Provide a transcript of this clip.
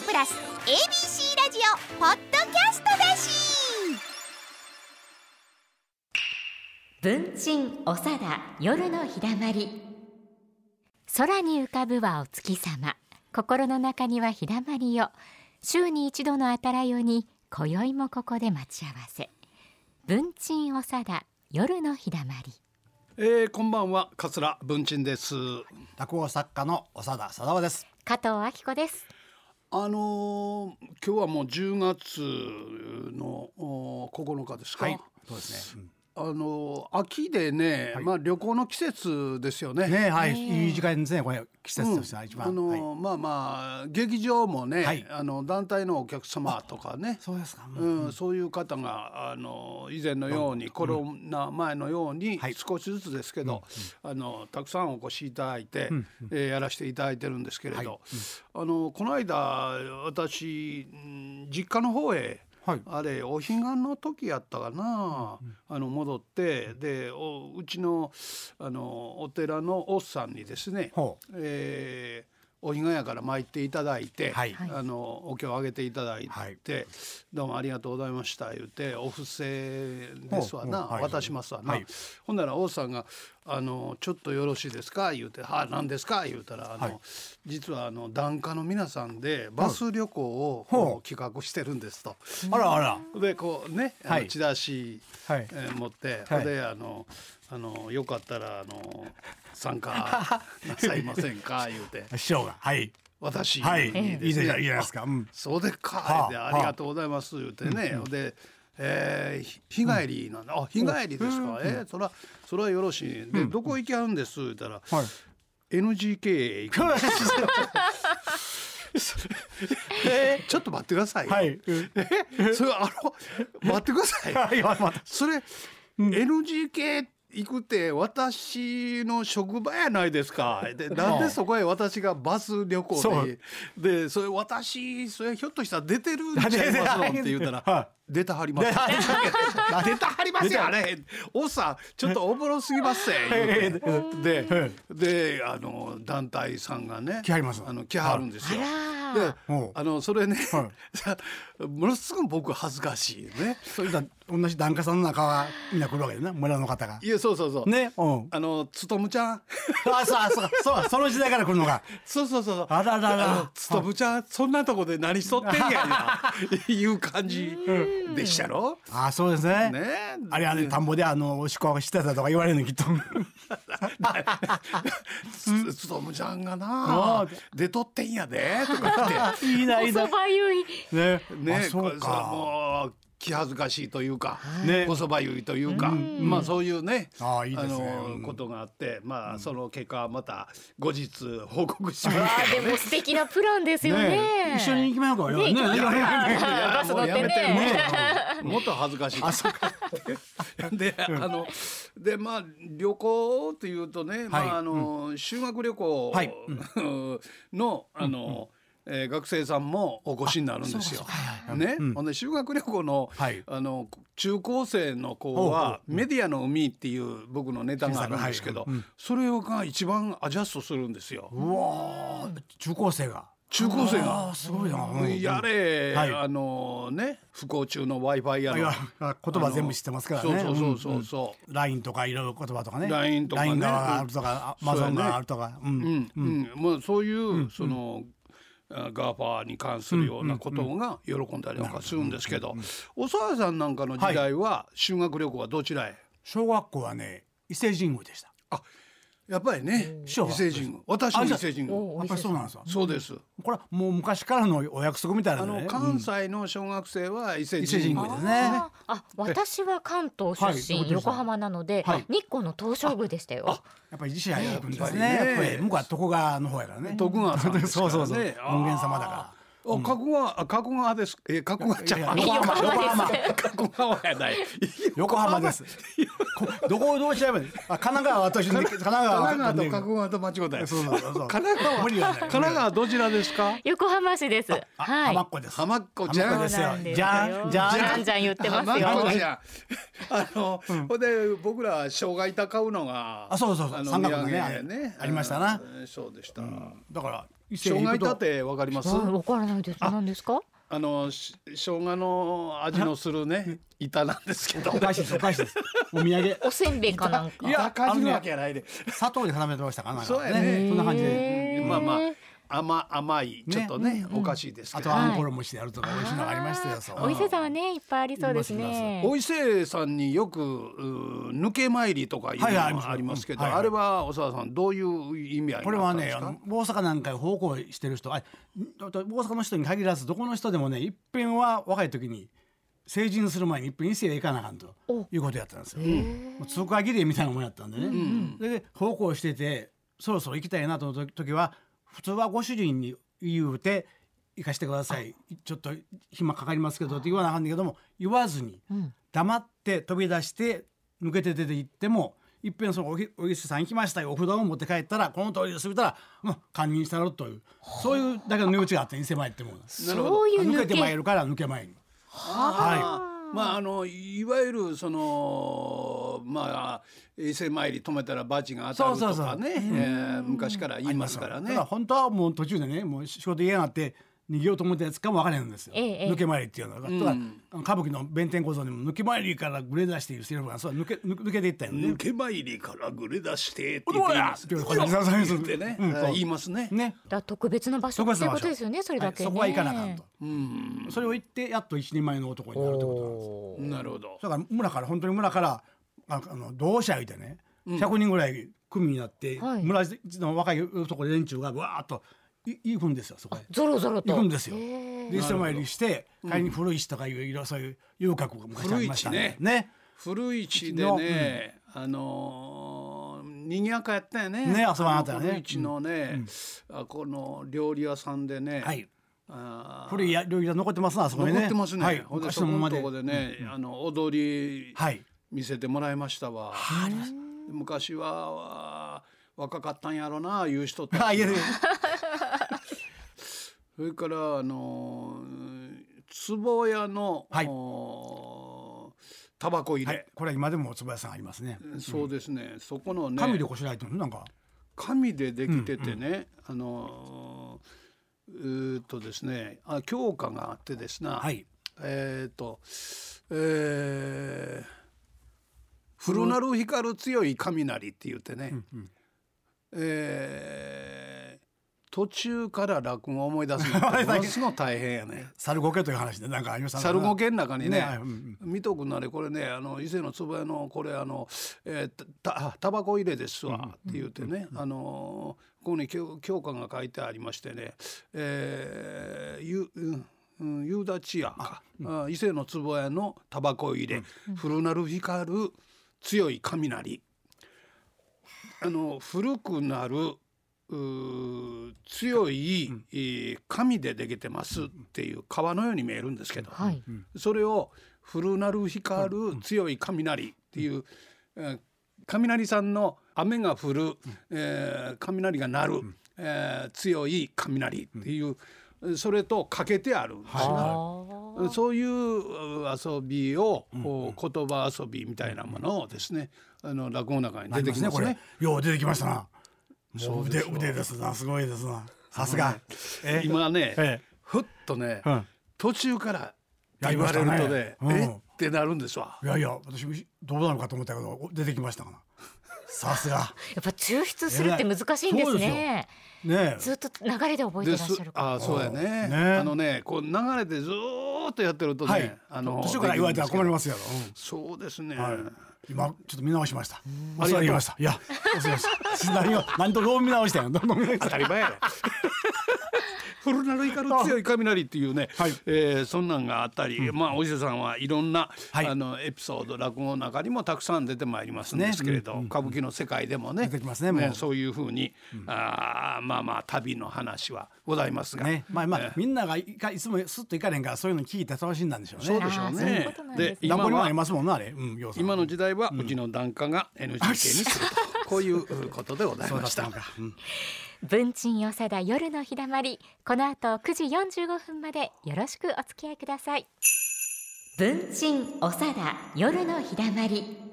プラス ABC ラジオポッドキャストだし文鎮おさだ夜のひだまり空に浮かぶはお月様心の中にはひだまりよ週に一度のあたらよに今宵もここで待ち合わせ文鎮おさだ夜のひだまりえー、こんばんは桂文鎮です落語作家の長田貞夫です。加藤明子ですあのー今日はもう10月のお9日ですか、そうですね。あのー秋でね、まあ旅行の季節ですよねねえはい、いい時間ですねこれ季節としては一番。あのーはい、まあまあ劇場もね、はいあの団体のお客様とかねそうですか。もううん、そういう方があの以前のように、コロナ前のようにはい少しずつですけど、あのたくさんお越しいただいて、えーやらせていただいてるんですけれど、あのこの間私うん実家の方へ、はいあれお彼岸の時やったかな、あの戻ってでおうちのあのお寺のおっさんにですね、ほうえーお彼岸やから参っていただいて、はいあのお経をあげていただいて、はいどうもありがとうございました言うてお布施ですわな、ほうほうはい渡しますわな、はいほんなら王さんが「あのちょっとよろしいですか?」言うて「はあ何ですか?」言うたらあの、はい実はあの檀家の皆さんでバス旅行をほうこう企画してるんですと。あらあら。でこうねあのはいチラシ、はいえー持って、はいであのあのよかったらあの参 加なさいませんか言うて師匠がはい私はいにいいじゃないいいじゃないですか。うんあ。そうでっか、はあでありがとうございます言うてね、で、えーひ日帰りなんだ、あ日帰りですか、えーそらそれはよろしいね、でどこ行きはるんです言うたら、はい NGK へ行くんですえーちょっと待ってくださいよ、はい。うんえそれあの待ってくださいよはいはいまた。それ、NGK 行くって私の職場やないですか でなんでそこへ私がバス旅行そでうでそれ私それひょっとしたら出てるんちゃいますのって言うたら「は出たはります」 出たはりますよあれおっさんちょっとおもろすぎますせ言うてでであの団体さんがね来はりますあの来はるんですよ。でおうあのそれね、は ものすごく僕恥ずかしいね。そういった同じ檀家さんの中はみんな来るわけだな村の方がい。やそうそうそう。ね。うん。あのつとむちゃ ん。あそうあそうそうその時代から来るのが。そうそうそうそう。あらららのつとむちゃんそんなとこで何しとってんや ないう感じでしたろ。あそうですね。ねえあれあれ田んぼであのおしこしてたとか言われるのきっと。つつとむちゃんがなあ出とってんやでと かいいなおそばゆいね。言ってねこあそれうそれか。もう気恥ずかしいというか。ねこそばゆいというか、まあそういうね、ああいいですねあのうんことがあって、まあその結果はまた後日報告しますけどね。でも素敵なプランですよねねえ一緒に行きましょうかよ。ねね行きましょうね いやバス乗ってねもうやめねてもっと恥ずかしい。 で、あの、で、まあ、旅行というとね、まあ、あの、修学旅行はい の、あの。えー学生さんもお越しになるんですよ。ね、ほんで修学旅行の、はいあの中高生の子はメディアの海っていう僕のネタがあるんですけど、それが一番アジャストするんですよ。うわー中高生が。中高生あがーすごいな。うんやれ、はいあのね不幸中の w i f i やいらや言葉全部知ってますからね。そうそうそうそうそラインとかいろいろ言葉とかね。 LINE とかね LINE があるとか、んマゾそうンやねがあるとか。うんう、うんうんまあそういう、そのあガーファーに関するようなことが喜んだりなんかするんですけど、おさわさんなんかの時代は修学旅行はどちらへ、小学校はね、伊勢神宮でした。やっぱりね伊師匠は勢神宮私も伊あじゃあ勢神宮やっぱりそうなんですよ。そうですこれはもう昔からのお約束みたいなあののね。関西の小学生は伊勢伊勢神神宮宮ですね。ああ私は関東はい出身、どこでした横浜なので、はい日光の東照宮でしたよやっぱり自社やるんでやっぱすね。りねやっぱり向こうは徳川の方やからね。徳川さんですからね そうそうそう。あー門限様だから。お加古川あ加古川ですえ加古川ちゃんいやいや横 浜横浜加古川やない横浜です。こ どこをどうしちゃえばいい。あ神奈川は私に神奈神川は奈川と覚悟と間違えたよ。そうそうそう神奈川無理はない神奈川どちらですか？横浜市ですはい浜っ子です。浜っ子じゃん浜っ子ですよそうなん。ですよじゃんじゃんじゃんじゃん言ってますよ浜っ子じゃん。あの、ほんで僕ら生姜板買うのがあそうそうそうあの三角のねお土産やあれありましたなうんそうでした。だから生姜炒てわかりますわからないです。何ですか？あのし生姜の味のするね板なんですけどお菓子ですお菓子ですお土産おせんべいかなんか。いや感じるわけやないで砂糖で固めてましたからなんかそうやねそんな感じでへーまあまあ甘甘いねちょっとねおかしいですあけとど、はあんころ虫でやると か美味しいのがありましたよそうーお伊勢さんはねいっぱいありそうですね。お伊勢さんによくうー抜け参りとかいうのはいはいありますがありますけど、はいはいあれは小沢さんどういう意味合いこれはねああの大阪なんか奉公してる人あ大阪の人に限らずどこの人でもね一遍は若い時に成人する前に一遍伊勢へ行かなあかんとおいうことやったんですよ。もう通過儀礼みたいなもんやったんでね。で奉公しててそろそろ行きたいなと思った時は普通はご主人に言うて行かしてくださいちょっと暇かかりますけどって言わなあかんねんけども言わずにん黙って飛び出して抜けて出て行ってもいっぺんそのおぎお伊勢さん行きましたよお札を持って帰ったらこの通りです見たらもう堪忍したろというそういうだけの値打ちがあって伊勢参ってもうなるほどそういう抜抜けて参け。るから抜け参る。はあーまああのいわゆるそのまあ衛星参り止めたらバチが当たるとかねえー昔から言いますからたねだ。本当はもう途中でねもう仕事嫌になって逃げようと思ったやつかも分からへんんですよ、ええええ抜け参りっていうのが、ただ歌舞伎の弁天小僧にも抜け参りからグレ出しているセリフがそう抜け抜抜けていったよね抜け参りからぐれ出してってお言っどてら言いやまっすてこれ水沢さんにす言るってねうんそう言いますね。ねだから特別な場所特別ってなこ場所とですよね。それだけね。はいそこは行かなあかんと、うんそれを言ってやっと一人前の男になるってことなんですよなるほど。だから村から本当に村からああの同社いてね100人ぐらい組になって、はい村の若い男連中がわーっとい行くんですよそこへ。ゾロゾロと。行くんですよ。へでー伊勢参りして帰りに古市とかいういろいろそういう遊郭が昔ありましたね。古市ね古市でね、あのー賑やかやったよね。ね遊ばなかったよねあの古市のね、あこの料理屋さんでね。はい。あー古いや料理が残ってますなあそこにね。残ってますね。はい。ほんで昔そのこままのでとこ。でね、あの踊りはい。 見せてもらいましたわ。昔はわ若かったんやろないう人と。あいやいやそれからあのー壺屋の、はいおータバコ入はれ、い。これは今でもおつば屋さんありますね。そうですね。そこのね。神でこしらえてるのなんか。紙でできててね、あのうーっとですねあ教科があってですな、はい。えーっとえー古なる光る強い雷って言ってね、えー途中から落語を思い出す のってものすごい大変やね。猿ゴケという話でなんかありましたね。猿ゴケの中にねねはいうん見とくんなれこれねあの伊勢の壺屋のこれあの、えーたたタバコ入れですわ」って言うてね、あのーここに教教科が書いてありましてね「えー、ゆうんうん夕立屋か、あ伊勢の壺屋のタバコ入れ、古なる光る強い雷」あの古くなるうー強い、えー紙でできてますっていう川のように見えるんですけど、はい。それを「古なる光る強い雷」っていう、えー雷さんの雨が降る、えー雷が鳴る、えー強い雷っていう、それとかけてあるんですよあはーそういうう遊びを、こう言葉遊びみたいなものをですねあの落語の中にい。出出ててききまますすねね。これ。よう出てきましたな。もうそう腕でしょう腕ですなすごいですな。さすが。え今ね、ええふっとね、うん途中からや言りまわしたれねるとねうんえってなるんですわ。いやいや私どうなのかと思ったけどお出てきましたから。さすが。やっぱ抽出するって難しいんですそうね。ねえ。ずっと流れで覚えてでらっすしゃるから。あーそうやねねあのねこう流れてずーっとやってるとね、はい。あの図書から言われたら困りますすよ。うんそうですね、はい、今ちょっと見直しました。おあ世話にりながとりうました。いや、お世話になりました。何を、何とどう見直したんや。どう見直 し当た。たり 前やね古なる光る強い雷っていうね、はいえーそんなんがあったり、まあお伊勢さんはいろんな、はいあのエピソード落語の中にもたくさん出てまいりますんですけれど、歌舞伎の世界でもね出てきますねもうそういうふうに、あーまあまあ旅の話はございますが、ね、まあまあ、えーみんながいか、いつもスッと行かれんから、そういうの聞いて楽しんだんでしょうね。そうでしょうあーそういうねことなんですね今今もあはりますもんね、あれ。うん、要素今の時代はうちの檀家が NGK にするとこういうことでございそうまだっしたたの。か。うん文鎮よさだ夜の日だまりこの後9時45分までよろしくお付き合いください文鎮おさだ夜の日だまり